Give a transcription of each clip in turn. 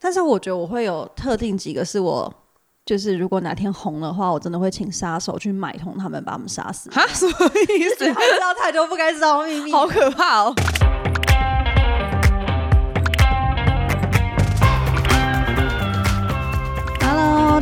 但是我觉得我会有特定几个是我，就是如果哪天红的话，我真的会请杀手去买通他们，把他们杀死。哈， 什么意他思？知道太多不该知道的秘密。 好可怕哦！ Hello，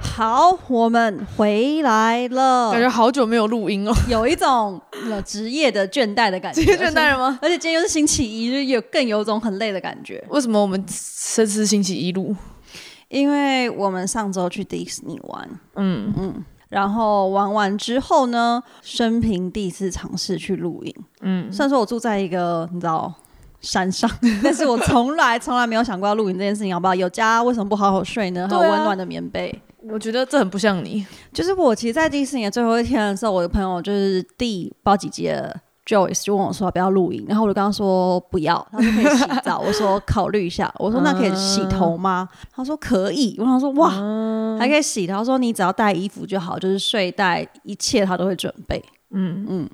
好，我们回来了，感觉好久没有录 音哦，有一种呃职业的倦怠的感觉，职业倦怠了吗？而且今天又是星期一，就有更有种很累的感觉，为什么我们这次星期一录？因为我们上周去迪士尼玩，嗯，然后玩完之后呢，生平第一次尝试去露营。嗯，虽然说我住在一个你知道山上， 但是我从来从来没有想过要露营这件事情，好不好？有家为什么不好好睡呢？还有对啊温暖的棉被。我觉得这很不像你。就是我其实，在迪士尼的最后一天的时候，我的朋友就是第不知道几集的 Joyce 就问我说要不要露营，然后我就跟他说不要，他说可以洗澡，我说考虑一下，我说那可以洗头吗？他说可以，我想说哇，还可以洗，他说你只要带衣服就好，就是睡袋一切他都会准备，嗯，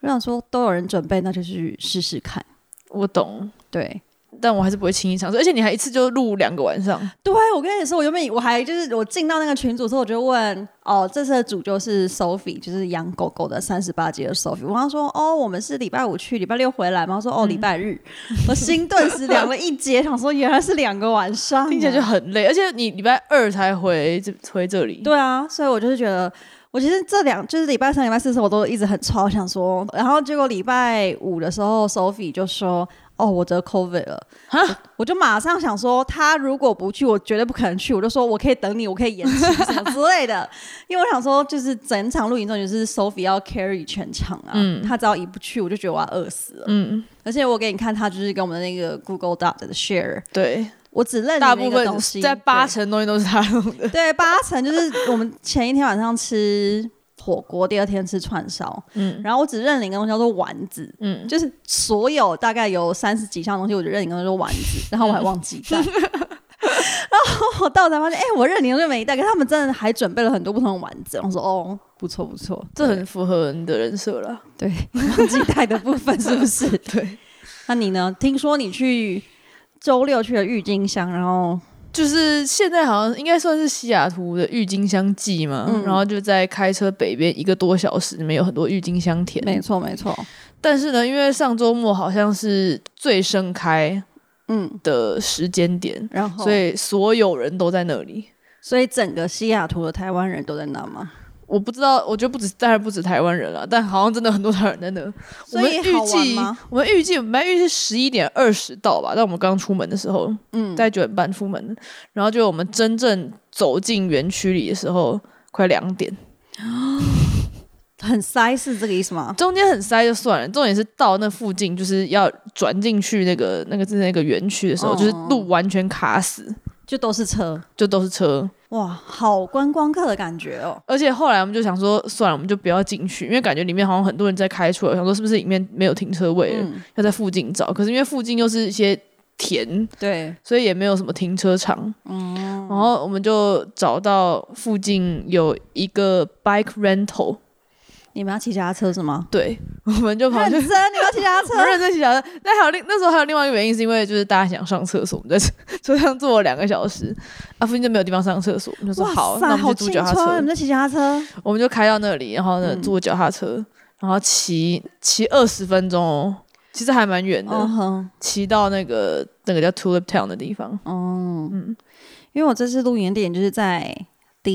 我想说都有人准备，那就去试试看，我懂，对。但我还是不会轻易尝试，而且你还一次就录两个晚上。对，我跟你说，我原本以我还就是我进到那个群组之后，我就问哦，这次的主就是 Sophie，就是养狗狗的三十八级的 Sophie。我跟他说哦，我们是礼拜五去，礼拜六回来嘛。他说哦，礼拜 日。我心顿时凉了一截，想说原来是两个晚上啊，听起来就很累，而且你礼拜二才回这回这里，对啊，所以我就是觉得，我其实这两就是礼拜三、礼拜四的时候，我都一直很超想说，然后结果礼拜五的时候，Sophie 就说：“哦，我得 COVID 了。”哈我我就马上想说，他如果不去，我绝对不可能去。我就说我可以等你，我可以延期什么之类的，因为我想说，就是整场录影中，就是 Sophie 要 carry 全场啊，他只要一不去，我就觉得我要饿死了。嗯，而且我给你看，他就是跟我们的那个 Google Doc 的 share，对，我只认大你那部个分东西在八对成东西都是他弄的， 对，八成就是我们前一天晚上吃火锅，第二天吃串烧，嗯，然后我只认领一个东西叫做丸子，嗯，嗯就是所有大概有三十几项东西，我只认领一个东西叫做丸子，然后我还忘记 带。然后我到才发现，哎、我认领就没带，可是他们真的还准备了很多不同的丸子。我说，哦，不错不错，这很符合你的人设了。对忘记带的部分是不 是？对，那你呢？听说你去周六去了郁金香，然后就是现在好像应该算是西雅图的郁金香季嘛，嗯然后就在开车北边一个多小时，里面有很多郁金香田。没错没错，但是呢，因为上周末好像是最盛开嗯，的时间点，然后所以所有人都在那里。所以整个西雅图的台湾人都在那吗？我不知道，我觉得不止，当然不止台湾人了，但好像真的很多台湾人在那。我所们以好预玩计吗？，我们预计，我们本来预计十一点二十到吧，但我们刚出门的时候，嗯，在九点半出门的，然后就我们真正走进园区里的时候，快两点，很塞是这个意思吗？中间很塞就算了，重点是到那附近就是要转进去那个那个是那个园区的时候，哦就是路完全卡死，就都是车，就都是车，哇，好观光客的感觉哦。而且后来我们就想说，算了，我们就不要进去，因为感觉里面好像很多人在开出来，我想说是不是里面没有停车位了，嗯，要在附近找，可是因为附近又是一些田，对，所以也没有什么停车场。哦然后我们就找到附近有一个 bike rental，你们要骑脚踏车是吗？对，我们就跑认去。真，你们要骑脚踏我们车？认真骑脚踏车，那还有另那时候还有另外一个原因，是因为就是大家想上厕所，我们在车车上坐了两个小时，啊，附近就没有地方上厕所，我们就说好，那我们好就租青脚踏春哦！你车们，在骑脚踏车？我们就开到那里，然后呢嗯租脚踏车，然后骑骑二十分钟哦，其实还蛮远的，嗯哼，骑到那个那个叫 Tulip Town 的地方，嗯，因为我这次露营的点就是在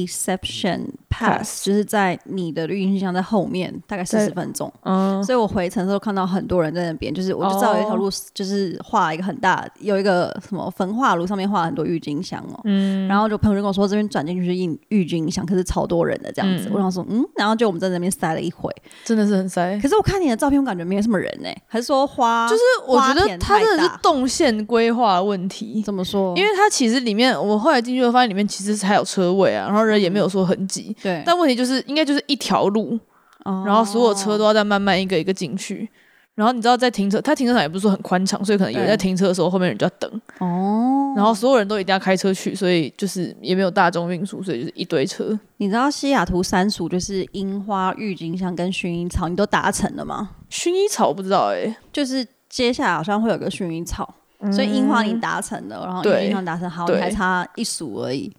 Deception Pass， Pass 就是在你的郁金香在后面，大概四在十分钟。嗯，所以我回程的时候看到很多人在那边，就是我就知道哦有一条路，就是画一个很大，有一个什么焚化炉，上面画了很多郁金香嗯哦。然后就朋友就跟我说，这边转进去是郁郁金香，可是超多人的这样子。嗯我想说，嗯，然后就我们在那边塞了一回。真的是很塞。可是我看你的照片，我感觉没什么人呢、还是说啊花？就是我觉得它真花的田太大是动线规划的问题，怎么说？因为为它其实里面我后来进去后发现里面其实还有车位啊，然后人也没有说很挤，对，哦但问题就是应该就是一条路，然后所有车都要再慢慢一个一个进去。然后你知道在停车，它停车场也不是说很宽敞，所以可能有人对在停车的时候，后面人就要等。哦，然后所有人都一定要开车去，所以就是也没有大众运输，所以就是一堆车。你知道西雅图三属就是樱花、郁金香跟薰衣草，你都达成了吗？薰衣草我不知道哎、就是接下来好像会有个薰衣草，所以樱花你达成了，然后郁对金香达成，好，嗯对你还差一数而已，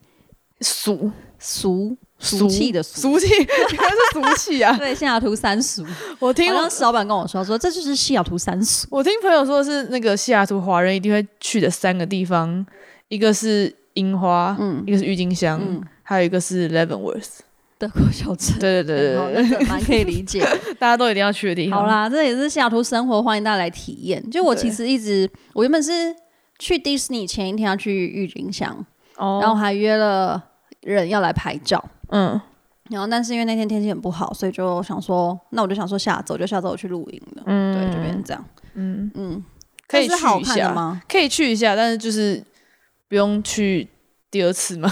俗俗俗俗气的俗。俗气， 原来是俗 气啊！对，西雅图三俗。我听好像是老板跟我说，说这就是西雅图三俗。我听朋友说是那个西雅图华人一定会去的三个地方，一个是樱花，嗯一个是郁金香，嗯还有一个 是 Leavenworth。德国小镇。对对对好对对那这蛮可以理解的。 对，大家都一定要去的地方。好，啦，这也是西雅图生活，欢迎大家来体验。就我其实一直，我原本是去迪士尼前一天要去郁金香，哦，然后还约了人要来拍照。嗯然后，但是因为那天天气很不好，所以就想说，那我就想说下周就下周我去露营了。嗯，对，就变成这样。嗯，嗯，可以这去是好一看的下，吗？可以去一下，但是就是不用去第二次嘛。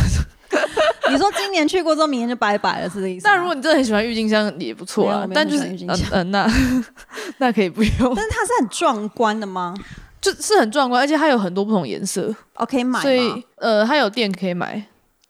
你说今年去过之后，明年就拜拜了，是这意思吗？但如果你真的很喜欢郁金香，也不错没有啊我。没有但就是很喜嗯欢郁金嗯，那 那可以不用，但是它是很壮观的吗？就是很壮观，而且它有很多不同颜色，哦，可以买吗？所以呃，它有店可以买。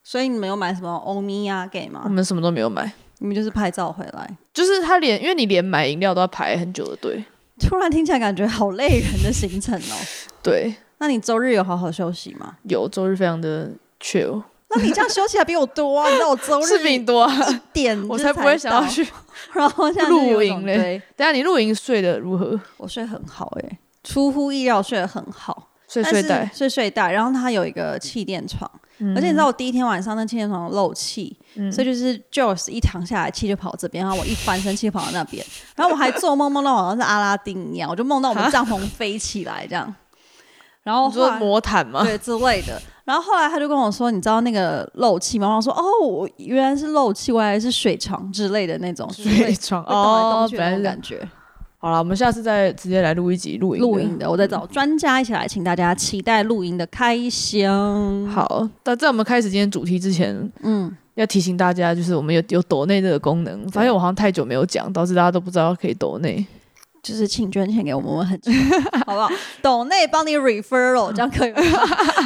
所以你们有买什么欧米亚给我吗？们什么都没有买，你们就是拍照回来。就是他连，因为你连买饮料都要排很久的队。突然听起来感觉好累人的行程哦。对，那你周日有好好休息吗？ 有周日非常的 chill，那你这样休息还比我多啊！你知道我周事日情多啊，一点我就才才不会想要到。去。 然后现在就是有一种露营嘞对等一下你露营睡得如何？我睡很好哎、出乎意料睡得很好，睡睡但袋是，睡睡袋，然后它有一个气垫床，而且你知道我第一天晚上那气垫床漏气，嗯所以就是 Joyce 一躺下来气就跑这边，然后我一翻身气就跑到那 边，然后我还做梦梦到我好像是阿拉丁一样，我就梦到我们帐篷飞起来这样，然后你啊后说来魔毯吗？对之类的。然后后来他就跟我说，你知道那个漏气吗？我说哦，我原来是漏气，我还是水床之类的那 种，就是会睡床会动来动哦，去本的那来种是这样感觉。好了，我们下次再直接来录一集露营的露营的，我在找专家一起来，请大家期待露营的开箱。好，那在我们开始今天主题之前，嗯，要提醒大家，就是我们有有抖内这个功能，发现我好像太久没有讲，导致大家都不知道可以抖内。就是请捐钱给我们，我们很好不好？抖内帮你 referral，这样可以吗？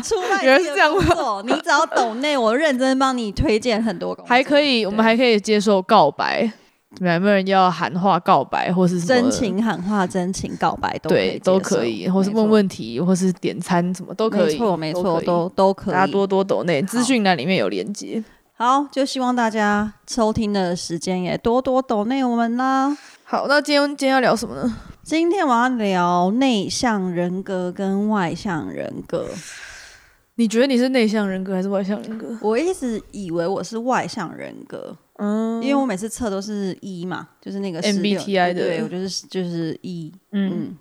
出卖原来自己是的这样吗工作，你只要抖内，我认真帮你推荐很多工作，还可以，我们还可以接受告白，怎么样有没有人要喊话告白，或是什么真？情喊话、真情告白都对，都可可以接以，受，或是没错问问题，或是点餐，什么都可以。没错，没错，可以都都可大家以。多多抖内，好资讯栏里面有连接。好，就希望大家收听的时间也多多抖内我们啦。好，那今天今天要聊什么呢？今天我要聊内向人格跟外向人格。你觉得你是内向人格还是外向人格？我一直以为我是外向人格，嗯因为我每次测都是 E 嘛，就是那个 16, MBTI 的对我就是就是一、嗯，嗯。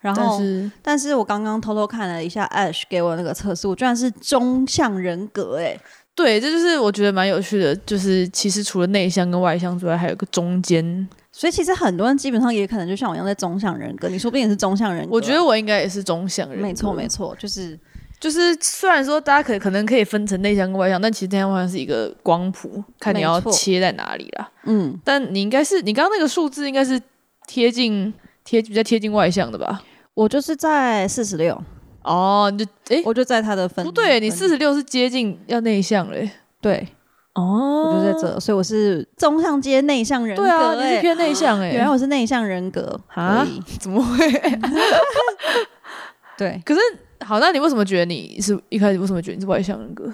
然但后，是但是我刚刚偷偷看了一下 Ash 给我那个测试，我居然是中向人格哎、对，这就是我觉得蛮有趣的，就是其实除了内向跟外向之外，还有个中间。所以其实很多人基本上也可能就像我一样在中向人格，你说不定也是中向人格。我觉得我应该也是中向人格，没错没错，就是就是虽然说大家可可能可以分成内向跟外向，但其实内向外向是一个光谱，看你要没错切在哪里啦。嗯，但你应该是你刚刚那个数字应该是贴近贴比较贴近外向的吧？我就是在四十六，哦，你就诶我就在他的分不对，你分四十六是接近要内向嘞。对，哦我就在这，所以我是中向接内向人格、对欸。啊，你是偏内向哎、原来我是内向人格可啊 以怎么会？对，可是好，那你为什么觉得你是一开始为什么觉得你是外向人格？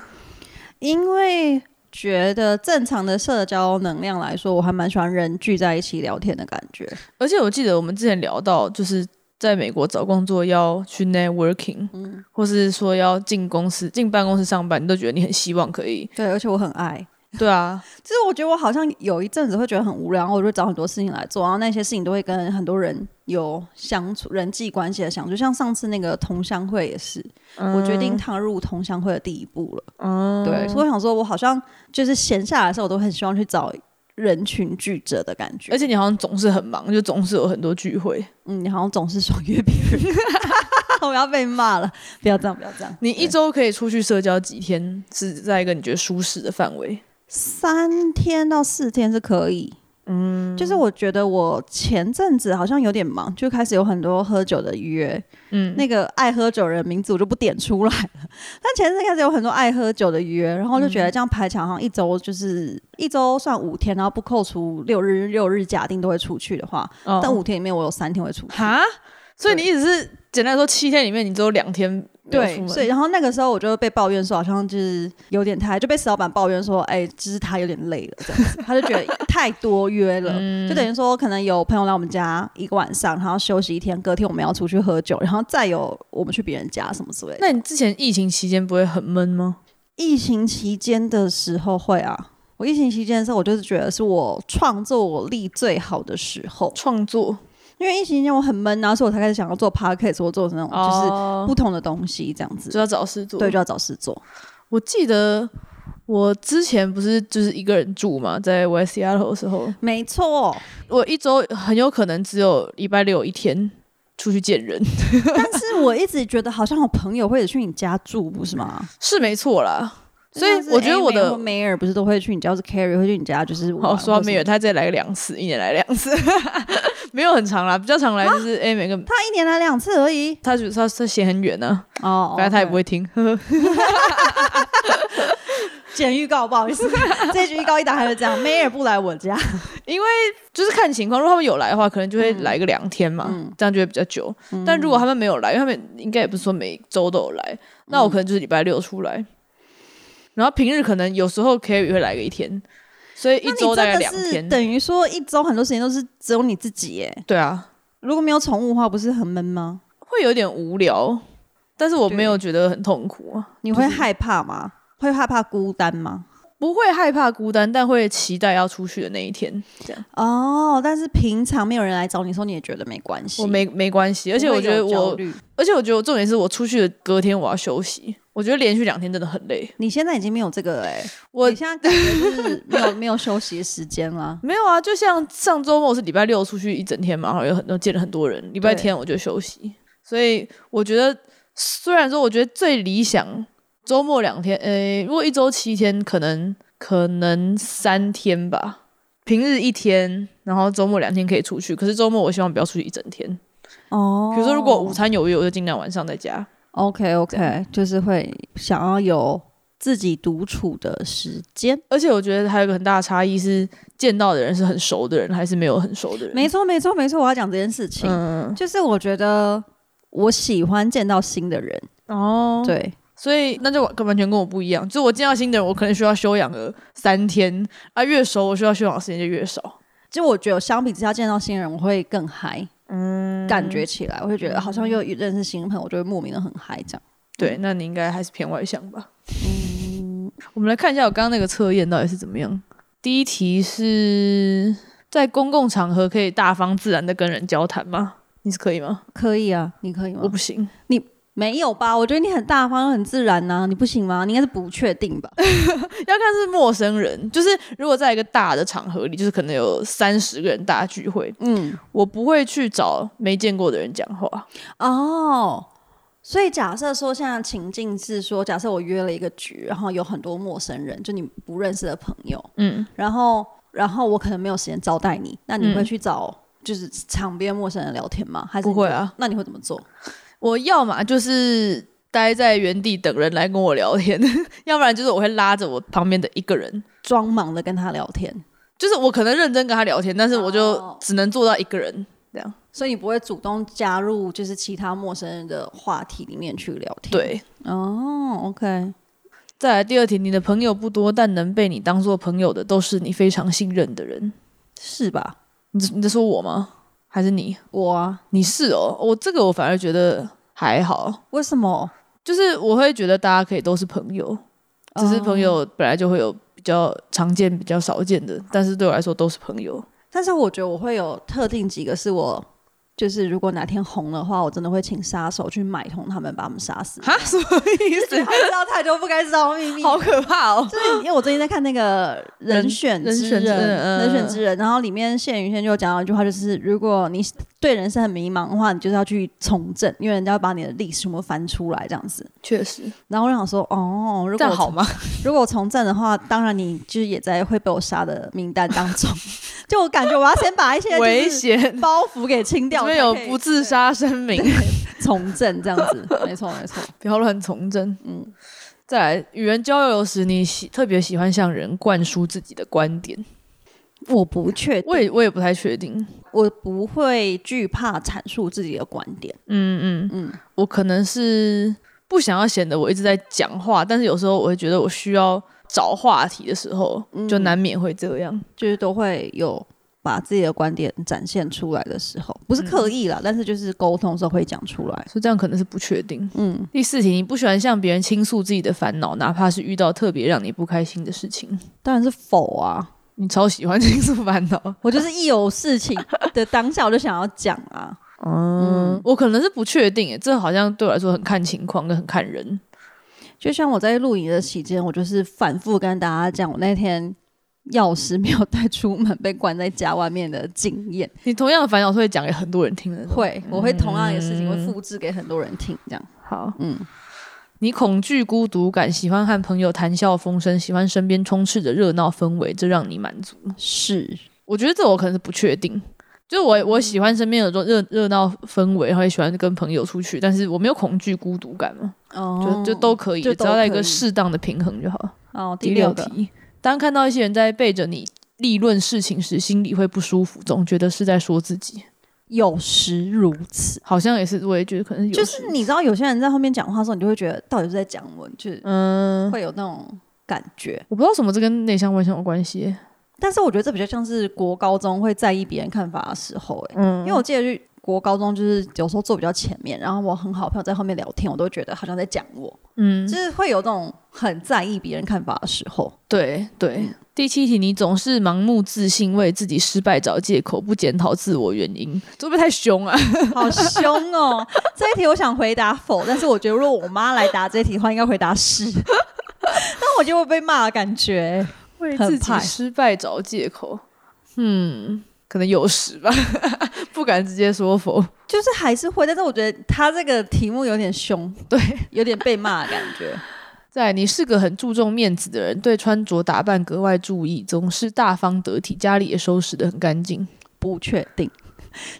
因为觉得正常的社交能量来说，我还蛮喜欢人聚在一起聊天的感觉。而且我记得我们之前聊到，就是在美国找工作要去 networking，或嗯是说要进公司、进办公室上班，你都觉得你很希望可以。对，而且我很爱。对啊，其实我觉得我好像有一阵子会觉得很无聊，然后我就找很多事情来做，然后那些事情都会跟很多人有相处、人际关系的相处。就像上次那个同乡会也是， 我决定踏入同乡会的第一步了。嗯，对，所以我想说，我好像就是闲下来的时候，我都很希望去找人群聚者的感觉。而且你好像总是很忙，就总是有很多聚会。嗯，你好像总是爽约别人， 我要被骂了！不要这样，不要这样。你一周可以出去社交几天，是在一个你觉得舒适的范围。三天到四天是可以，嗯，就是我觉得我前阵子好像有点忙，就开始有很多喝酒的约。嗯那个爱喝酒人名字我就不点出来了， 但前阵子开始有很多爱喝酒的约，然后就嗯觉得这样排起来好像一周就是一周算五天，然后不扣除六日六日假定都会出去的话，哦但五天里面我有三天会出去。哈，所以你意思是简单来说，七天里面你只有两天没有出对，门所以然后那个时候我就被抱怨说，好像就是有点太，就被石老板抱怨说，哎、就是他有点累了这样子，他就觉得太多约了，嗯就等于说可能有朋友来我们家一个晚上，然后休息一天，隔天我们要出去喝酒，然后再有我们去别人家什么之类的。那你之前疫情期间不会很闷吗？疫情期间的时候会啊，我疫情期间的时候，我就是觉得是我创作我力最好的时候，创作因为疫情期间我很闷啊，所以我才开始想要做 podcast，我做那种就是哦不同的东西这样就子，要找事做。对，就要找事做。我记得我之前不是就是一个人住嘛，在我在 Seattle 的时候，没错， 我一周很有可能只有礼拜六一天出去见人，但是我一直觉得好像我朋友会去你家住，不是 吗？是没错啦。所以就像是我觉得我 Amy 的或 Mayor 不是都会去你家，或是 Carrie 会去你家，就是玩好，说到或是梅尔，他再来个两次，一年来两次， 没有很长啦，比较常来就是哎、每个他一年来两次而已他就他他嫌很远呢、哦啊，，反正他也不会会听，呵呵剪预告，不好意思， 这局预告一打开就这样，Mayor 不来我家，就是看情况，如果他们有来的话，可能就会来个两天嘛，嗯这样就会比较久。但如果他们没有来，因为他们应该也不是说每周都有来，那我可能就是礼拜六出来，然后平日可能有时候 Kerry 会来个一天，所以一周大概两那你真的是天。等于说一周很多时间都是只有你自己耶。对啊，如果没有宠物的话，不是很闷吗？会有点无聊，但是我对没有觉得很痛苦啊。你会害怕吗？会害怕孤单吗？不会害怕孤单，但会期待要出去的那一天。这样，哦，但是平常没有人来找你的时候，你也觉得没关系。我，没没关系，而且我觉得我，，而且我觉得我重点是我出去的隔天我要休息，我觉得连续两天真的很累。你现在已经没有这个 哎、我你现在感觉就是没有没有休息的时间 了。没有啊，就像上周末我是礼拜六出去一整天嘛，然后有很多见了很多人，礼拜对天我就休息，所以我觉得虽然说我觉得最理想周末两天，呃，如果一周七天，可能可能三天吧，平日一天，然后周末两天可以出去，可是周末我希望不要出去一整天，哦，比如说如果午餐有约，我就尽量晚上在家。 OK 这 OK，就是会想要有自己独处的时间。而且我觉得还有一个很大的差异是，见到的人是很熟的人，还是没有很熟的人。没错没错没错，我要讲这件事情，嗯，就是我觉得我喜欢见到新的人，哦，，对。所以那就完完全跟我不一样。就我见到新的人，我可能需要休养个三天啊，越熟我需要休养的时间就越少。就我觉得相比之下见到新人，我会更嗨，嗯，感觉起来，我会觉得好像又认识新朋友，我就会莫名的很嗨这样。对，那你应该还是偏外向吧。我们来看一下我刚刚那个测验到底是怎么样。第一题是在公共场合可以大方自然的跟人交谈吗？你是可以吗？可以啊，你可以吗我？不行。没有吧？我觉得你很大方，很自然啊呐、你不行吗？你应该是不确定 吧？要看是陌生人，就是如果在一个大的场合里，就是可能有三十个人大聚会，嗯，我不会去找没见过的人讲话。哦。所以假设说，现在情境是说，假设我约了一个局，然后有很多陌生人，就你不认识的朋友，嗯，然后然后我可能没有时间招待你，那你会嗯去找就是场边陌生人聊天吗？还是你不会就啊？那你会怎么做？我要嘛就是待在原地等人来跟我聊天， 要不然就是我会拉着我旁边的一个人，装忙的跟他聊天。就是我可能认真跟他聊天，但是我就哦只能做到一个人。所以你不会主动加入就是其他陌生人的话题里面去聊天。，对，哦，OK，再来第二题，你的朋友不多，但能被你当做朋友的都是你非常信任的人。是吧？你你在说我吗？还是你？我啊，你是哦，我这个我反而觉得还好。为什么？就是我会觉得大家可以都是朋友，只是朋友本来就会有比较常见、比较少见的，但是对我来说都是朋友。但是我觉得我会有特定几个是我。就是如果哪天红的话，我真的会请杀手去买通他们，把他们杀死。哈， 什么意就是他知道太多不该知道的秘密，好可怕哦！因为我最近在看那个《人选之人选之人人》，嗯人选之人，然后里面谢云轩就有讲到一句话，就是如果你对人生很迷茫的话，你就是要去从政，因为人家要把你的历史全部翻出来这样子。确实，然后我想说，哦，如果这样好吗？如果我从政的话，当然你就是也在会被我杀的名单当中。 就我感觉我要先把一些危就是险，包袱给清掉，我这边才有可以不自杀声明， 从政这样子。没错，没错。不要乱从政。嗯，再来，与人交流时，你喜特别喜欢向人灌输自己的观点。我不确定，我也我也不太确定。我不会惧怕阐述自己的观点。嗯嗯嗯嗯，我可能是不想要显得我一直在讲话，但是有时候我会觉得我需要找话题的时候，嗯就难免会这样。就是都会有把自己的观点展现出来的时候，不嗯是刻意啦，但是就是沟通的时候会讲出来。所以这样可能是不确定。嗯，第四题，你不喜欢向别人倾诉自己的烦恼，哪怕是遇到特别让你不开心的事情，当然是否啊，你超喜欢倾诉烦恼。我就是一有事 情的当下我就想要讲啊。嗯，我可能是不确定耶，这好像对我来说很看情况跟很看人。就像我在露营的期间，我就是反复跟大家讲我那天钥匙没有带出门，被关在家外面的经验。你同样的烦恼是会讲给很多人听的。会，我会同样的事情会嗯复制给很多人听，这样。好，嗯，你恐惧孤独感，喜欢和朋友谈笑风生，喜欢身边充斥着热闹氛围，这让你满足。是，我觉得这我可能是不确定，就是我我喜欢身边有这种热热闹氛围，然后也喜欢跟朋友出去，但是我没有恐惧孤独感嘛，哦就就都可以，就只都要在一可以个适当的平衡就好。哦，第第六六个题，当看到一些人在背着你立论事情时，心里会不舒服，总觉得是在说自己，有时如此。好像也是，我也觉得可能有就时是你知道，有些人在后面讲话的时候，你就会觉得到底是在讲我，就是嗯，会有那种感觉。我不知道什么这跟内向外向有关系耶。但是我觉得这比较像是国高中会在意别人看法的时候、欸，嗯因为我记得去国高中就是有时候坐比较前面，然后我很好朋友在后面聊天，我都觉得好像在讲我，嗯就是会有那种很在意别人看法的时候。对嗯对。第七题，你总是盲目自信，为自己失败找借口，不检讨自我原因，这会不会太 凶啊？好凶哦！这一题我想回答否，但是我觉得如果我妈来答这一题的话，应该回答是。 但我觉得我被骂的感觉欸为很自己派失败找借口，嗯，可能有时吧， 不敢直接说否。就是还是会，但是我觉得他这个题目有点凶，对，有点被骂的感觉。在你是个很注重面子的人，对穿着打扮格外注意，总是大方得体，家里也收拾得很干净。不确定，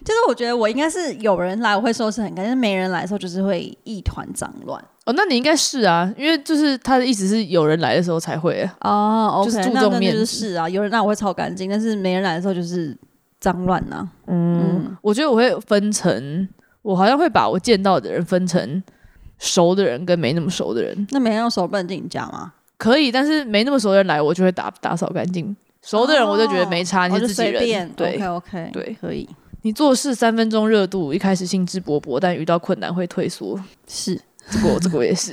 就是我觉得我应该是有人来我会收拾很干净，但是没人来的时候就是会一团脏乱。哦，那你应该是啊，因为就是他的意思是有人来的时候才会啊。哦就是注那重那面就是子是啊，有人来我会超干净，但是没人来的时候就是脏乱啊呐、嗯，我觉得我会分成，我好像会把我见到的人分成熟的人跟没那么熟的人。那没人用手不能进你家吗？可以，但是没那么熟的人来，我就会打打扫干净。熟的人我就觉得没哦差，啊你是就自己随人。便对 o k OK，对，可以你做事三分钟热度，一开始兴致勃勃，但遇到困难会退缩。是，这个我这个我也是，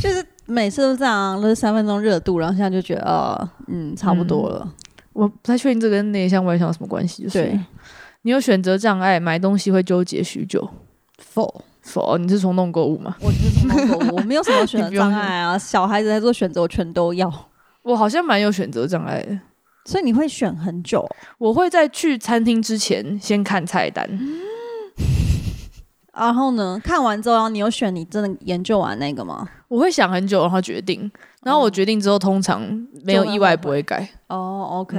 就是每次都这样，啊都是三分钟热度，然后现在就觉得呃嗯差不多了，我不太确定这跟内向外向有什么关系。就是对，你有选择障碍，买东西会纠结许久。否。否，你是冲动购物吗？我就是从头我没有什么选 你择不用障碍啊，小孩子在做选择，我全都要。我好像蛮有选择障碍的。所以你会选很久我会在去餐厅之前先看菜单，哦，然后呢，看完之后，然后你有选你真的研究完那个吗？我会想很久，然后决定。然后我决定之后，通常没有意外不会改。哦，OK、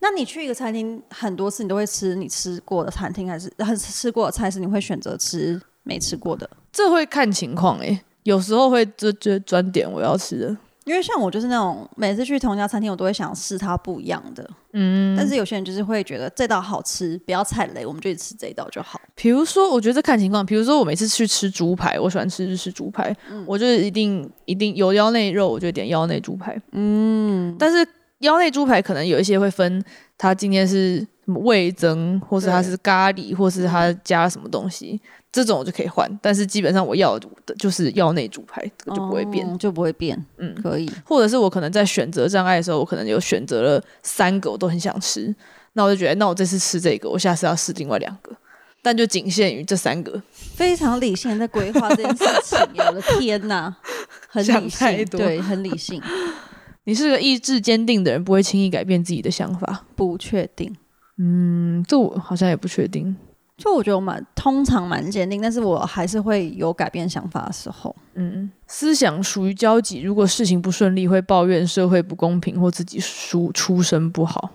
那你去一个餐厅很多次，你都会吃你吃过的餐厅，还是还是吃过的菜是你会选择吃没吃过的？这会看情况诶、有时候会就就专点我要吃的。因为像我就是那种每次去同一家餐厅，我都会想试它不一样的。嗯，但是有些人就是会觉得这道好吃，不要踩雷，我们就去吃这一道就好。比如说，我觉得这看情况。比如说，我每次去吃猪排，我喜欢吃日式猪排，我就是一定一定有腰内肉，我就点腰内猪排。嗯，但是腰内猪排可能有一些会分，它今天是什么味增，或是它对是咖喱，或是它加什么东西，这种我就可以换。但是基本上我要的就是腰内猪排，这个就不会变。哦就不会变。嗯，可以。或者是我可能在选择障碍的时候，我可能有选择了三个我都很想吃，那我就觉得，哎那我这次吃这个，我下次要试另外两个，但就仅限于这三个。非常理性地在规划这件事情，我的天哪， 很理想太性，多对，很理性，你是个意志坚定的人，不会轻易改变自己的想法。不确定。嗯，这我好像也不确定。就我觉得我蛮通常蛮坚定，但是我还是会有改变想法的时候。嗯，思想属于交集，如果事情不顺利，会抱怨社会不公平或自己出出身不好。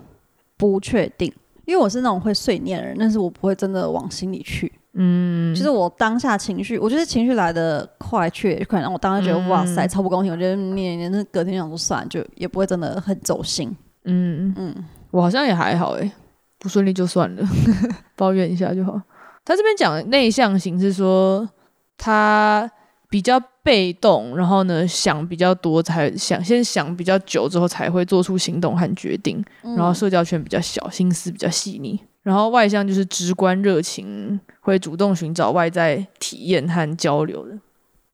不确定，因为我是那种会碎念的人，但是我不会真的往心里去。嗯，就是我当下情绪，我觉得情绪来的快，却也可能我当时觉得、嗯哇塞超不公平，我觉得念一念，那隔天想说算了，就也不会真的很走心。嗯嗯，我好像也还好诶、不顺利就算了， 抱怨一下就好。他这边讲的内向型是说他比较被动，然后呢想比较多才想先想比较久之后才会做出行动和决定，嗯然后社交圈比较小，心思比较细腻。然后外向就是直观热情，会主动寻找外在体验和交流的。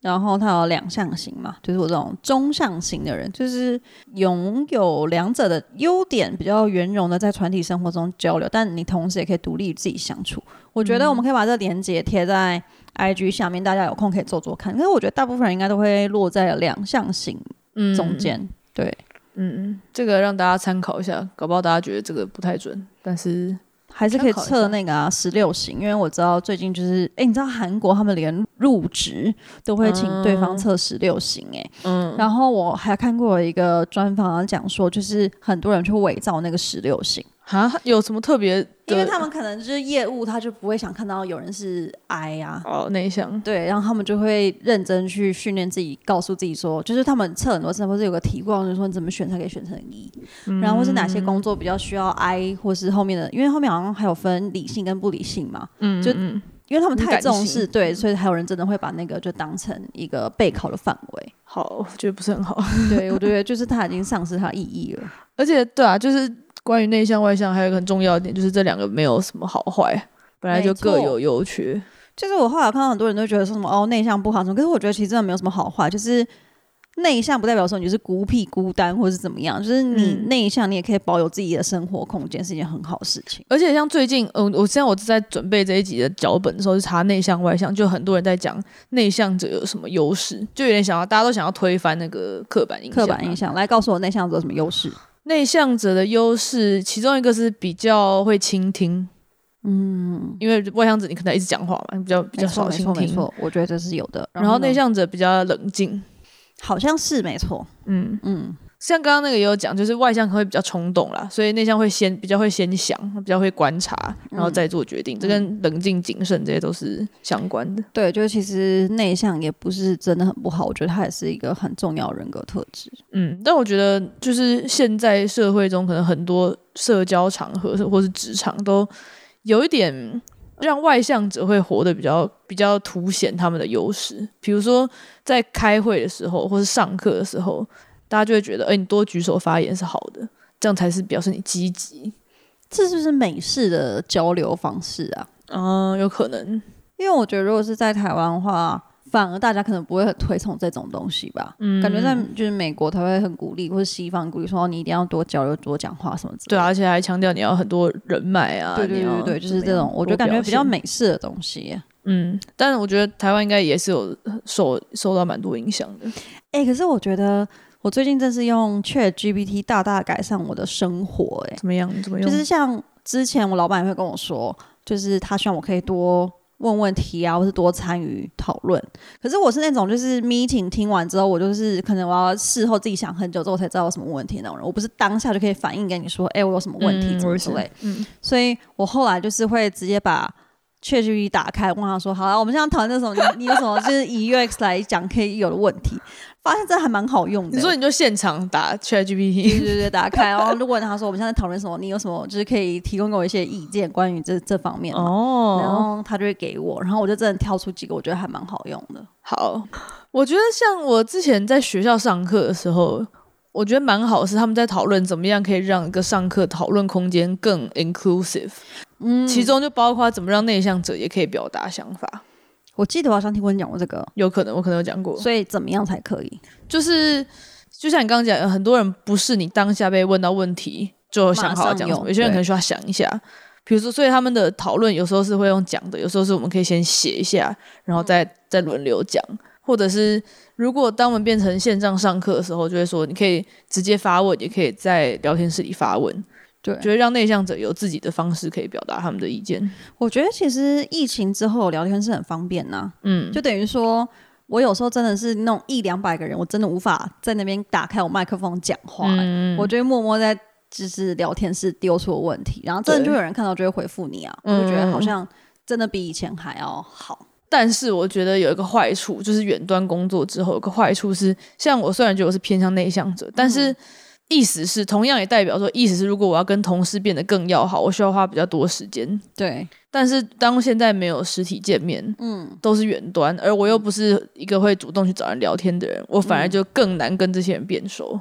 然后他有两项型嘛，就是我这种中向型的人，就是拥有两者的优点，比较圆融的在团体生活中交流，但你同时也可以独立自己相处。我觉嗯得我们可以把这个连接贴在 IG 下面，大家有空可以做做看。可是我觉得大部分人应该都会落在两项型嗯中间，对，嗯，这个让大家参考一下，搞不好大家觉得这个不太准，但是还是可以参考一测下那个啊十六型，因为我知道最近就是，哎，你知道韩国他们连入职都会请对方测十六型、诶。嗯，然后我还看过一个专访讲说，就是很多人去伪造那个十六型，啊，有什么特别的？因为他们可能就是业务，他就不会想看到有人是 I 啊。哦内向，对，然后他们就会认真去训练自己，告诉自己说，就是他们测很多次，或是有个题目，就是说你怎么选才可以选成 E，、然后或是哪些工作比较需要 I，或是后面的，因为后面好像还有分理性跟不理性嘛，嗯就嗯因为他们太敏感性重视，对，所以还有人真的会把那个就当成一个备考的范 围。好，我觉得不是很好。 对，我觉得就是它已经丧失它的意义了。而且对啊，就是关于内向外向，还有一个很重要的点，就是这两个没有什么好坏，本来就各没错有优缺。就是我后来有看到很多人都觉得说什么哦内向不好什么，可是我觉得其实真的没有什么好坏，就是内向不代表说你就是孤僻孤单或是怎么样，就是你嗯内向你也可以保有自己的生活空间，是一件很好的事情。而且像最近，嗯、我现在我在准备这一集的脚本的时候，就查内向外向，就很多人在讲内向者有什么优势，就有点想要大家都想要推翻那个刻板印象啊、刻板印象，来告诉我内向者有什么优势？内向者的优势，其中一个是比较会倾听，嗯，因为外向者你可能一直讲话嘛，你比较比较没错少没倾错没听。错，我觉得这是有的。然后呢内向者比较冷静，好像是没错，嗯，嗯，像刚刚那个也有讲，就是外向可能会比较冲动啦，所以内向会先比较会先想，比较会观察，然嗯后再做决定，这跟冷静、谨慎这些都是相关的。对，就是其实内向也不是真的很不好，我觉得它也是一个很重要的人格特质。嗯，但我觉得就是现在社会中，可能很多社交场合或是职场都有一点让外向者会活得比较比较凸显他们的优势。比如说在开会的时候，或是上课的时候，大家就会觉得，哎、你多举手发言是好的，这样才是表示你积极。这是不是美式的交流方式啊？嗯，有可能。因为我觉得如果是在台湾的话，反而大家可能不会很推崇这种东西吧。嗯感觉在就是美国，他会很鼓励，或者西方鼓励说你一定要多交流、多讲话什么之类对的。啊，而且还强调你要很多人脉啊，对对你对要对对，就怎是么这样种，我觉得多感觉表比较现美式的东西耶。嗯，但我觉得台湾应该也是有受受到蛮多影响的。哎、可是我觉得我最近正是用 Chat GPT 大大改善我的生活，哎，怎么样？怎么用？就是像之前我老板也会跟我说，就是他希望我可以多问问题啊，或是多参与讨论。可是我是那种就是 meeting 听完之后，我就是可能我要事后自己想很久之后我才知道有什么问题那种人，我不是当下就可以反应跟你说，哎、我有什么问题、嗯怎我么也之是类。嗯所以我后来就是会直接把。ChatGPT 打开，问他说：“好啊了，我们现在讨论这什么？你你有什么就是以 UX 来讲可以有的问题？”发现这还蛮好用的、你说你就现场打 ChatGPT，对对对，打开，然后就问他说：“我们现在讨论什么？你有什么就是可以提供给我一些意见关于这这方面吗？”然哦，后他就会给我，然后我就真的挑出几个我觉得还蛮好用的。好，我觉得像我之前在学校上课的时候，我觉得蛮好，是他们在讨论怎么样可以让一个上课讨论空间更 inclusive，嗯，其中就包括怎么让内向者也可以表达想法。我记得我好像听过你讲过这个，有可能我可能有讲过，所以怎么样才可以？就是就像你刚刚讲，很多人不是你当下被问到问题就想好好讲什马上么，有有些人对可能需要想一下。比如说，所以他们的讨论有时候是会用讲的，有时候是我们可以先写一下，然后嗯再再轮流讲，或者是如果当我们变成线上上课的时候，就会说你可以直接发问，也可以在聊天室里发问，对，觉得让内向者有自己的方式可以表达他们的意见。我觉得其实疫情之后聊天是很方便呐、嗯，就等于说我有时候真的是弄一两百个人，我真的无法在那边打开我麦克风讲话、欸嗯我就会默默在就是聊天室丢出问题，然后真的就有人看到就会回复你啊，我对就觉得好像真的比以前还要好。但是我觉得有一个坏处，就是远端工作之后有个坏处是，像我虽然觉得我是偏向内向者，但嗯是意思是同样也代表说，意思是如果我要跟同事变得更要好，我需要花比较多时间。对，但是当现在没有实体见面，嗯，都是远端，而我又不是一个会主动去找人聊天的人，我嗯反而就更难跟这些人变熟。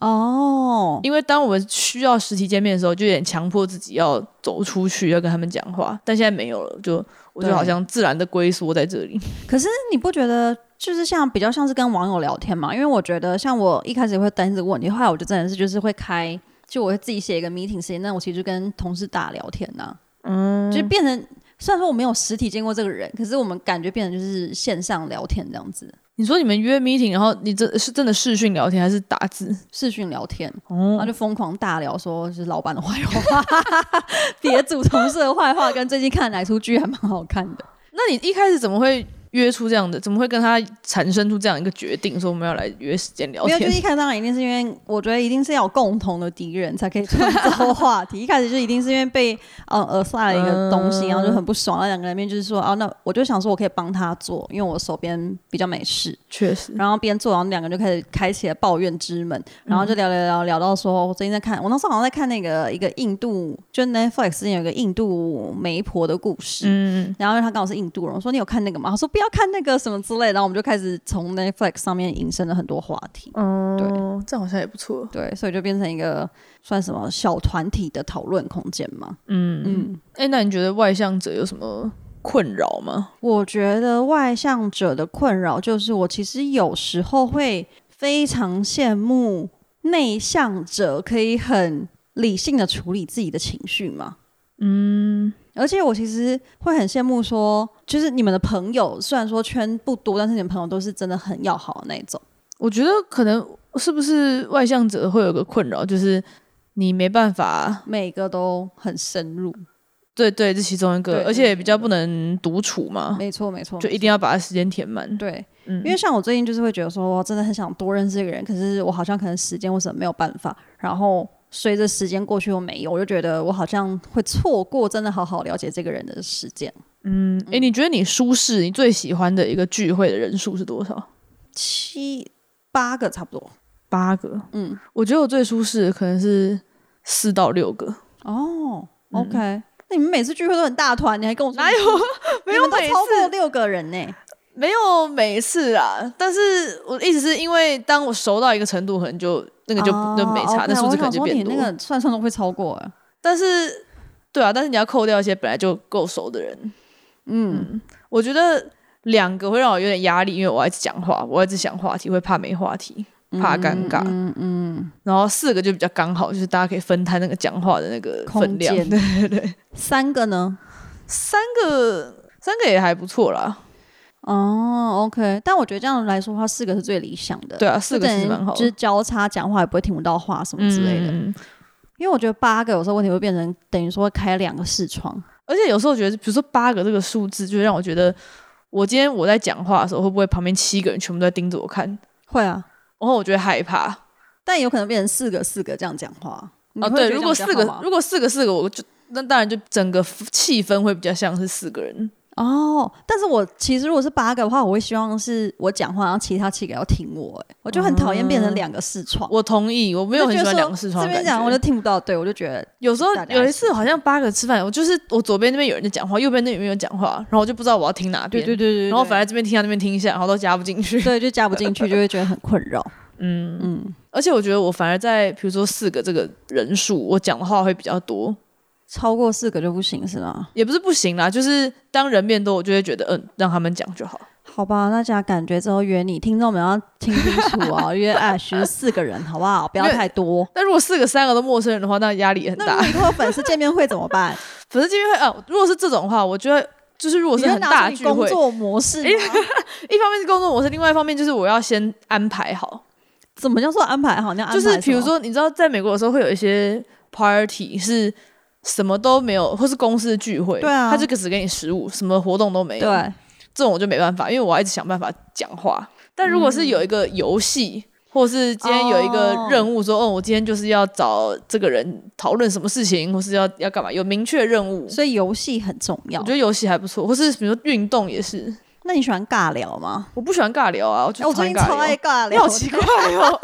哦，因为当我们需要实体见面的时候，就有点强迫自己要走出去，要跟他们讲话。但现在没有了，就我就对好像自然的龟缩在这里。可是你不觉得就是像比较像是跟网友聊天嘛？因为我觉得像我一开始也会担心这个问题，后来我就真的是就是会开，就我会自己写一个 meeting 时间，那我其实就跟同事打聊天呐、嗯，就变成虽然说我没有实体见过这个人，可是我们感觉变成就是线上聊天这样子，你说你们约 meeting，然后你这是真的视讯聊天还是打字？视讯聊天，然后哦，就疯狂大聊说就是老板的坏话， 别组同事的坏话，跟最近看哪出剧还蛮好看的。那你一开始怎么会约出这样的？怎么会跟他产生出这样一个决定，说我们要来约时间聊没有，就是天？一开始当然一定是因为，我觉得一定是要有共同的敌人才可以创造话 题。一开始就一定是因为被呃耳塞了一个东嗯西，然后就很不爽。那两个人面就是说，哦，那我就想说我可以帮他做，因为我手边比较没事。确实，然后边做，然后两个人就开始开启了抱怨之嗯门，然后就聊聊聊聊到说，哦我最近在看，我那时候好像在看那个一个印度，就 Netflix 之前有一个印度媒婆的故事，嗯，然后他刚好是印度人，我说你有看那个吗？他说不要看那个什么之类的，然后我们就开始从 Netflix 上面引申了很多话题。哦，这样好像也不错。对，所以就变成一个算什么小团体的讨论空间嘛。嗯嗯，嗯，哎、那你觉得外向者有什么困扰吗？我觉得外向者的困扰就是，我其实有时候会非常羡慕内向者可以很理性的处理自己的情绪嘛。嗯，而且我其实会很羡慕说，就是你们的朋友虽然说圈不多，但是你们朋友都是真的很要好的那种。我觉得可能是不是外向者会有个困扰，就是你没办法，每个都很深入。对对，这其中一对个，而且也比较不能独处嘛，没错，没错，就一定要把它时间填满。对，嗯因为像我最近就是会觉得说，我真的很想多认识一个人，可是我好像可能时间为什么没有办法，然后随着时间过去又没有，我就觉得我好像会错过真的好好了解这个人的时间。嗯，哎、你觉得你舒适，你最喜欢的一个聚会的人数是多少？七八个差不多，八个。嗯，我觉得我最舒适的可能是四到 六个，哦、o k 那你们每次聚会都很大团，你还跟我说嗯哪有 没有你们每都次超过六个人呢、没有每次啊。但是我的意思是因为当我熟到一个程度，可能就那个就、哦就没差， ，OK，那数字可我能想就说变你多。那个算算都会超过、啊。但是，对啊，但是你要扣掉一些本来就够熟的人，嗯，我觉得两个会让我有点压力，因为我要一直讲话，我要一直想话题，会怕没话题，怕尴尬。嗯嗯。然后四个就比较刚好，就是大家可以分摊那个讲话的那个 分空量。间，对对 对，三个呢？三个，三个也还不错啦。哦，OK，但我觉得这样来说的话，四个是最理想的。对啊，就四个等于是蛮好就是的。交叉讲话也不会听不到话什么之类的。嗯，嗯嗯因为我觉得八个有时候问题会变成等于说开两个视窗，而且有时候觉得，比如说八个这个数字，就让我觉得，我今天我在讲话的时候，会不会旁边七个人全部都在盯着我看？会啊，然后我觉得害怕。但有可能变成四个四个这样讲话。你哦，会对，觉得如果这样四比较个好吗如果四个四个，我就那当然就整个 f- 气氛会比较像是四个人。哦，但是我其实如果是八个的话，我会希望是我讲话，然后其他七个要听我、欸，我就很讨厌变成两个视窗。我同意，我没有就很觉喜得欢说两个视窗这的边感讲我就觉。听不到，对我就觉得有时候大家有一次好像八个吃饭，我就是我左边那边有人在讲话，右边那边有人讲话，然后我就不知道我要听哪边。对对对然后反而这边听一下那边听一下，然后都加不进去。对就加不进去，就会觉得很困扰。嗯，嗯， 而且我觉得我反而在比如说四个这个人数，我讲的话会比较多，超过四个就不行是吗？也不是不行啦，就是当人变多，我就会觉得嗯，让他们讲就好。好吧，大家感觉之后约你，听众们要听清楚 哦，约 Ash 四个人好不好？不要太多。但如果四个三个都陌生人的话，那压力也很大那。如果以后粉丝见面会怎么 办？粉丝见面会啊，如果是这种的话，我觉得就是如果是你会很大拿的出你聚工会，作模式吗？一方面是工作模式，另外一方面就是我要先安排好，怎么叫做安排好？你要安排就是比如什么，说你知道在美国的时候会有一些 party 是什么都没有，或是公司的聚会，对啊他就只给你食物，什么活动都没有。对，这种我就没办法，因为我要一直想办法讲话。但如果是有一个游戏，或是今天有一嗯个任务说，哦我今天就是要找这个人讨论什么事情，或是要要干嘛，有明确任务，所以游戏很重要我觉。得游戏还不错，或是比如说运动也是。那你喜欢尬聊吗？我不喜欢尬聊啊，我就哎我讨最厌近尬超聊。爱尬你聊，好奇怪哦，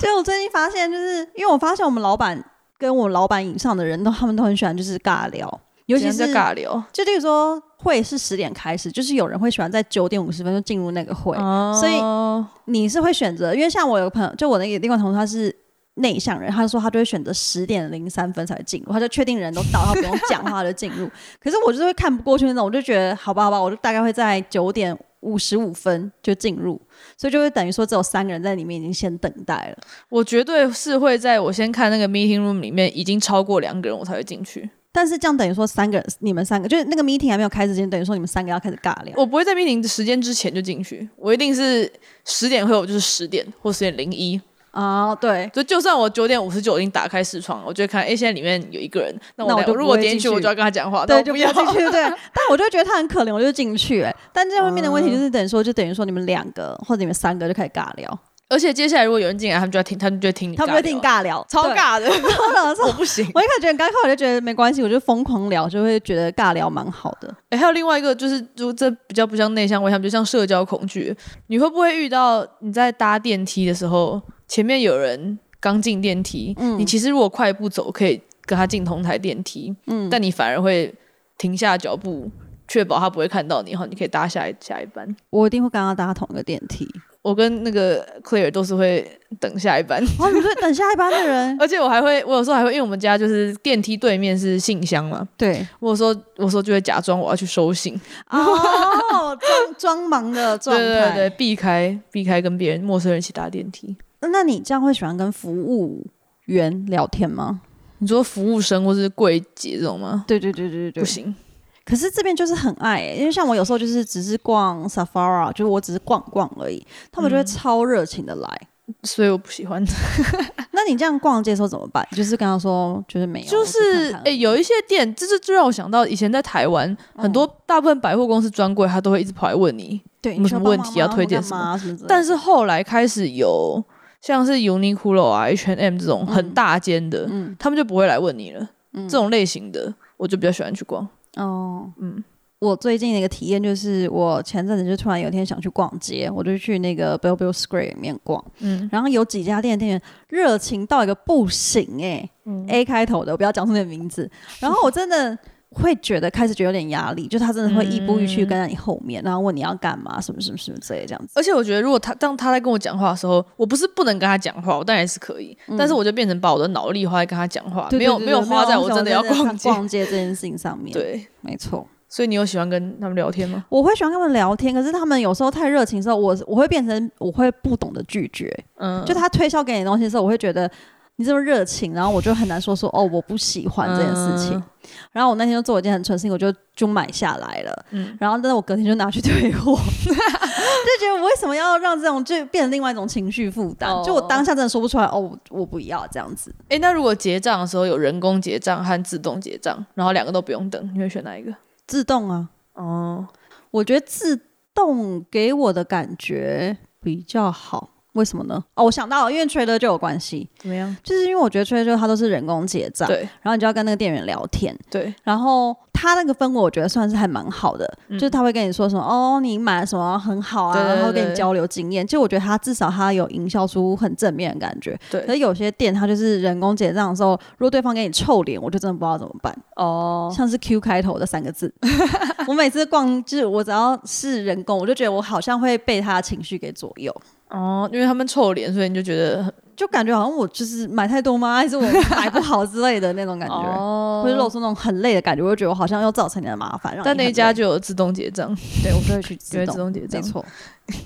对，我最近发现，就是因为我发现我们老板跟我老板以上的人都，他们都很喜欢就是尬聊， 尤其在是尬聊，就例如说会是十点开始，就是有人会喜欢在九点五十分就进入那个会。哦所以以你是会选择，因为像我有个朋友，就我那个另外同事，他是内向人，他说他就会选择十点零三分才进入，他就确定人都到，他不用讲话就进入。 可是我就是会看不过去那种，我就觉得好吧好吧，我就大概会在九点。五十五分就进入，所以就会等于说只有三个人在里面已经先等待了。我绝对是会在我先看那个 meeting room 里面已经超过两个人，我才会进去。但是这样等于说三个人，你们三个就是那个 meeting 还没有开始之前，等于说你们三个要开始尬聊。我不会在 meeting 的时间之前就进去，我一定是十点会，我就是十点或十点零一。哦，对，就就算我九点五十九已经打开视窗，我就会看，哎、现在里面有一个人，那我那我等就如不果会点进进去，我去就要跟他讲话，对，但就我不不要要进去， 对。但我就会觉得他很可怜，我就进去、哎，但这后面的问题就是等于说，就等于说你们两个或者你们三个就开始尬聊， 而且接下来如果有人进来，他们就要听，他们就会听你他们聊就 定，尬聊，超对。尬的，然 后我我不行。我一开始觉得很尴尬，我就觉得没关系，我就疯狂聊，就会觉得尬聊蛮好的。哎、还有另外一个就是，就这比较不像内向外向，就像社交恐惧。你会不会遇到你在搭电梯的时候，前面有人刚进电梯，你其实如果快步走，可以跟他进同台电梯，但你反而会停下脚步，确保他不会看到你，然后你可以搭下一下一班。我一定会跟他搭同一个电 梯。我跟那个 Claire 都是会等下一班， 哦，你是等下一班的人？ 而且我还会，我有时候还会，因为我们家就是电梯对面是信箱嘛，对，我有时候我有时候就会假装我要去收信，哦，装装忙 的状态。对对对，避开避开跟别人陌生人一起搭电梯。那你这样会喜欢跟服务员聊天吗？你说服务生或是柜姐这种吗？对对对对不行，可是这边就是很爱、欸，因为像我有时候就是只是逛 Safari，就是我只是逛逛而已，他嗯们就会超热情的来。所以我不喜欢。那你这样逛街的时候怎么办？就是跟他说就是没有，就我是只看看诶、有一些店，这是就让我想到以前在台湾，嗯很多大部分百货公司专柜，他都会一直跑来问你。对，有什么你需要帮忙问题要吗推荐或干嘛什么之类的？但是后来开始有像是 Uniqlo 啊、H&M 这种嗯很大间的，他们就不会来问你了。这种类型的，我就比较喜欢去逛。哦，嗯嗯，我最近的一个体验就是，我前阵子就突然有一天想去逛街，我就去那个 Bellevue Square 里面逛，嗯嗯，然后有几家店的店员热情到一个不行哎、a 嗯开头的，我不要讲出那个名 字，然后我真的。会觉得开始觉得有点压力，就他真的会亦步亦趋跟在你后面，然后问你要干嘛，什么什么什么之类这样子。而且我觉得，如果他当他在跟我讲话的时候，我不是不能跟他讲话，我当然是可以，但是我就变成把我的脑力花在跟他讲话，对没有对对没有对花在我想真的要在逛街。逛街这件事情上面。，对，没错。所以你有喜欢跟他们聊天吗？我会喜欢跟他们聊天，可是他们有时候太热情的时候，我我会变成我会不懂得拒绝，嗯，就他推销给你的东西的时候，我会觉得你这么热情，然后我就很难说说哦我不喜欢这件事情。嗯然后我那天就做了一件很蠢的事情，我就就买下来了。嗯然后但是我隔天就拿去退货， 就觉得我为什么要让这种就变成另外一种情绪负担？哦就我当下真的说不出来，哦我我不要这样子。诶，那如果结账的时候有人工结账和自动结账，然后两个都不用等，你会选哪一个？自动啊，哦，我觉得自动给我的感觉比较好。为什么呢？哦，我想到了，因为 Trader 就有关系，怎么样？就是因为我觉得 Trader 它都是人工结账，对然后你就要跟那个店员聊天，对，然后他那个氛围我觉得算是还蛮好的，就是他会跟你说什么哦，你买了什么很好啊，嗯对对对然后跟你交流经验。就我觉得他至少他有营销出很正面的感觉。对可是有些店他就是人工结账的时候，如果对方给你臭脸，我就真的不知道怎么办。哦，像是 Q 开头的三个字， 我每次逛就是我只要是人工，我就觉得我好像会被他的情绪给左右。哦，因为他们臭脸，所以你就觉得很就感觉好像我就是买太多吗？还是我买不好之类的那种感觉， 哦或者露出那种很累的感觉，我就觉得我好像又造成你的麻烦。让你但那一家很累就有自动结账，对我就会去就自会自动，动结没账。错。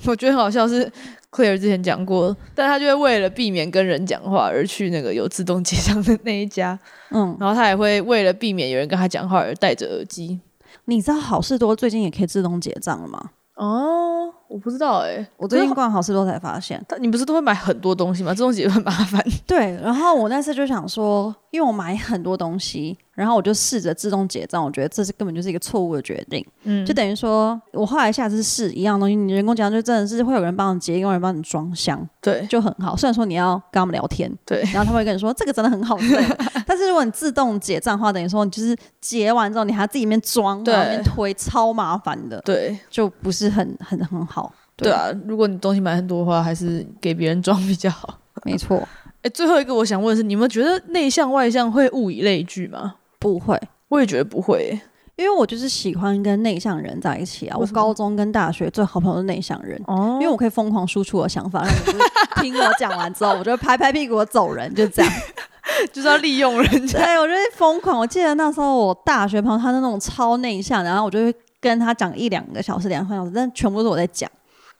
我觉得很好笑是 Claire 之前讲过，但他就会为了避免跟人讲话而去那个有自动结账的那一家，嗯，然后他也会为了避免有人跟他讲话而戴着耳机。你知道好事多最近也可以自动结账了吗？哦，我不知道哎、我最近逛好事多 才发现，他你不是都会买很多东西吗？这东西也很麻烦。对。然后我那次就想说，因为我买很多东西，然后我就试着自动结账，我觉得这是根本就是一个错误的决定。嗯就等于说我后来下次试一样东西，你人工结账就真的是会有人帮你结，有人帮你装箱，对就很好。虽然说你要跟他们聊天，对，然后他们会跟你说这个真的很好 吃，但是如果你自动结账的话，等于说你就是结完之后你还要自己里面装，对然后里面推，超麻烦的，对就不是很很很好。对，啊！如果你东西买很多的话，还是给别人装比较好。没错，哎，最后一个我想问的是，你们觉得内向外向会物以类聚吗？ 不会。我也觉得不会、欸。因为我就是喜欢跟内向人在一起啊！我为什么高中跟大学最好朋友是内向人，哦因为我可以疯狂输出我的想法，然后你就是听我讲完之后，我就拍拍屁股我走人，就这 样。就是要利用人家。对，我就是疯狂。我记得那时候我大学朋友他是那种超内向的，然后我就会跟他讲一两个小时、两个半小时，但全部都是我在讲。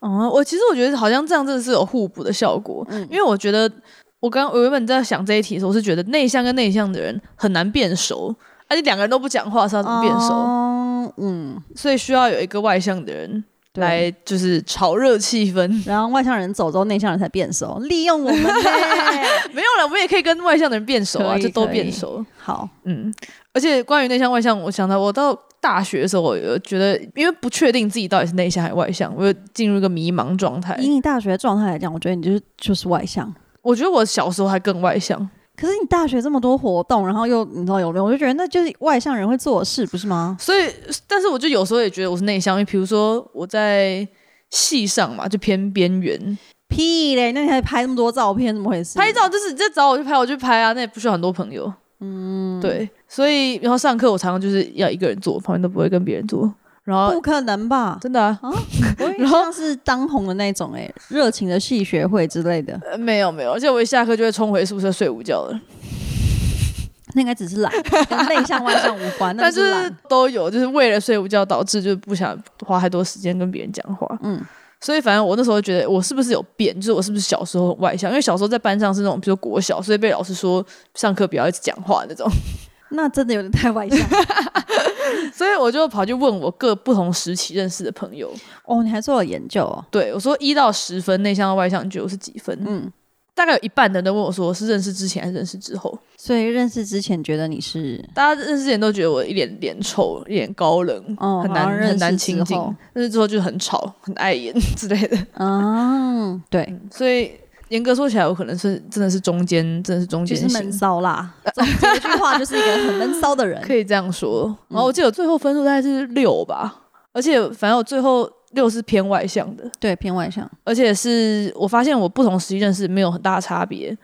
哦，我其实我觉得好像这样真的是有互补的效果，嗯因为我觉得我刚我原本在想这一题的时候，我是觉得内向跟内向的人很难变熟，而且两个人都不讲话是要怎么变熟？哦嗯，所以需要有一个外向的人对。来就是炒热气氛。 然后外向人走之后，内向人才变熟，利用我们呗。 没有了，我们也可以跟外向的人变熟啊，可以就都可以变熟。好，嗯，而且关于内向外向，我想到我到大学的时候，我有觉得因为不确定自己到底是内向还是外向，我就进入一个迷茫状态。以你大学状态来讲，我觉得你就是就是外向。我觉得我小时候还更外向。可是你大学这么多活动，然后又你知道有人，我就觉得那就是外向人会做的事，不是吗？所以，但是我就有时候也觉得我是内向，因为比如说我在戏上嘛，就偏边缘，屁嘞！那你还拍那么多照片，怎么回事？拍照就是你再找我去拍，我去拍啊，那也不需要很多朋友。嗯，对，所以然后上课我常常就是要一个人坐，旁边都不会跟别人坐，然后不可能吧？真的啊，我印然后象是当红的那种、欸，哎，热情的戏学会之类的，呃没有没有，而且我一下课就会冲回宿舍睡午觉了，那应该只是懒，跟内向外向无关，那 但只是是懒。都有，就是为了睡午觉导致就是不想花太多时间跟别人讲话，嗯，所以反正我那时候觉得我是不是有变，就是我是不是小时候很外向，因为小时候在班上是那种比如说国小，所以被老师说上课不要一直讲话那种， 那真的有点太外向所以我就跑去问我各不同时期认识的朋友，哦。你还做了研究哦，对我说一到十分内向到外向，你觉得我是几分？嗯，大概有一半的人都问我说是认识之前还是认识之后，所以认识之前觉得你是大家认识之前都觉得我一脸脸臭，一脸高冷，哦很好难像认识很难亲之近后。认识之后就很吵、很碍眼之类的，嗯，对，所以严格说起来，我可能是真的是中间，真的是中就间是闷型。骚 啦。 总结一句话，就是一个很闷骚的人。可以这样嗯说，然后我记得我最后分数大概是六吧，而且反正我最后六是偏外向的，对，偏外向。而且是我发现我不同时期认识没有很大的差别，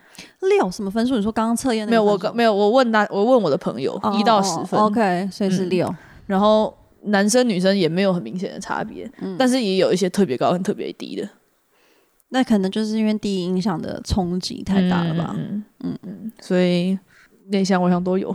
六什么分数？你说刚刚测验那个没有我分数没有我问他我问我的朋友哦一到哦十哦分 OK，所以是嗯六、然后男生女生也没有很明显的差别，嗯但是也有一些特别高跟特别低的，那可能就是因为第一印象的冲击太大了吧。嗯嗯嗯，所以内向外向都有，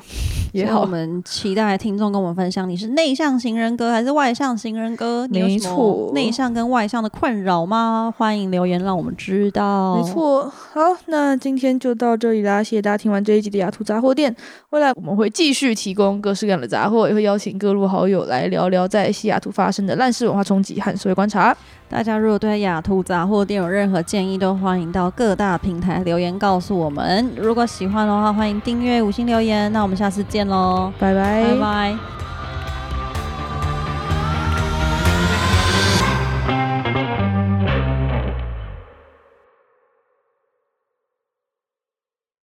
也所以我好，们期待听众跟我们分享，你是内向型人格还是外向型人格？你有没什么错内向跟外向的困扰吗？欢迎留言让我们知道。没，错。好，那今天就到这里啦，谢谢大家听完这一集的雅图杂货店。未来我们会继续提供各式各样的杂货，也会邀请各路好友来聊聊在西雅图发生的烂事文化冲击和社会观察。大家如果对雅兔杂货店有任何建议，都欢迎到各大平台留言告诉我们。如果喜欢的话，欢迎订阅、五星留言。那我们下次见喽，拜拜，拜拜。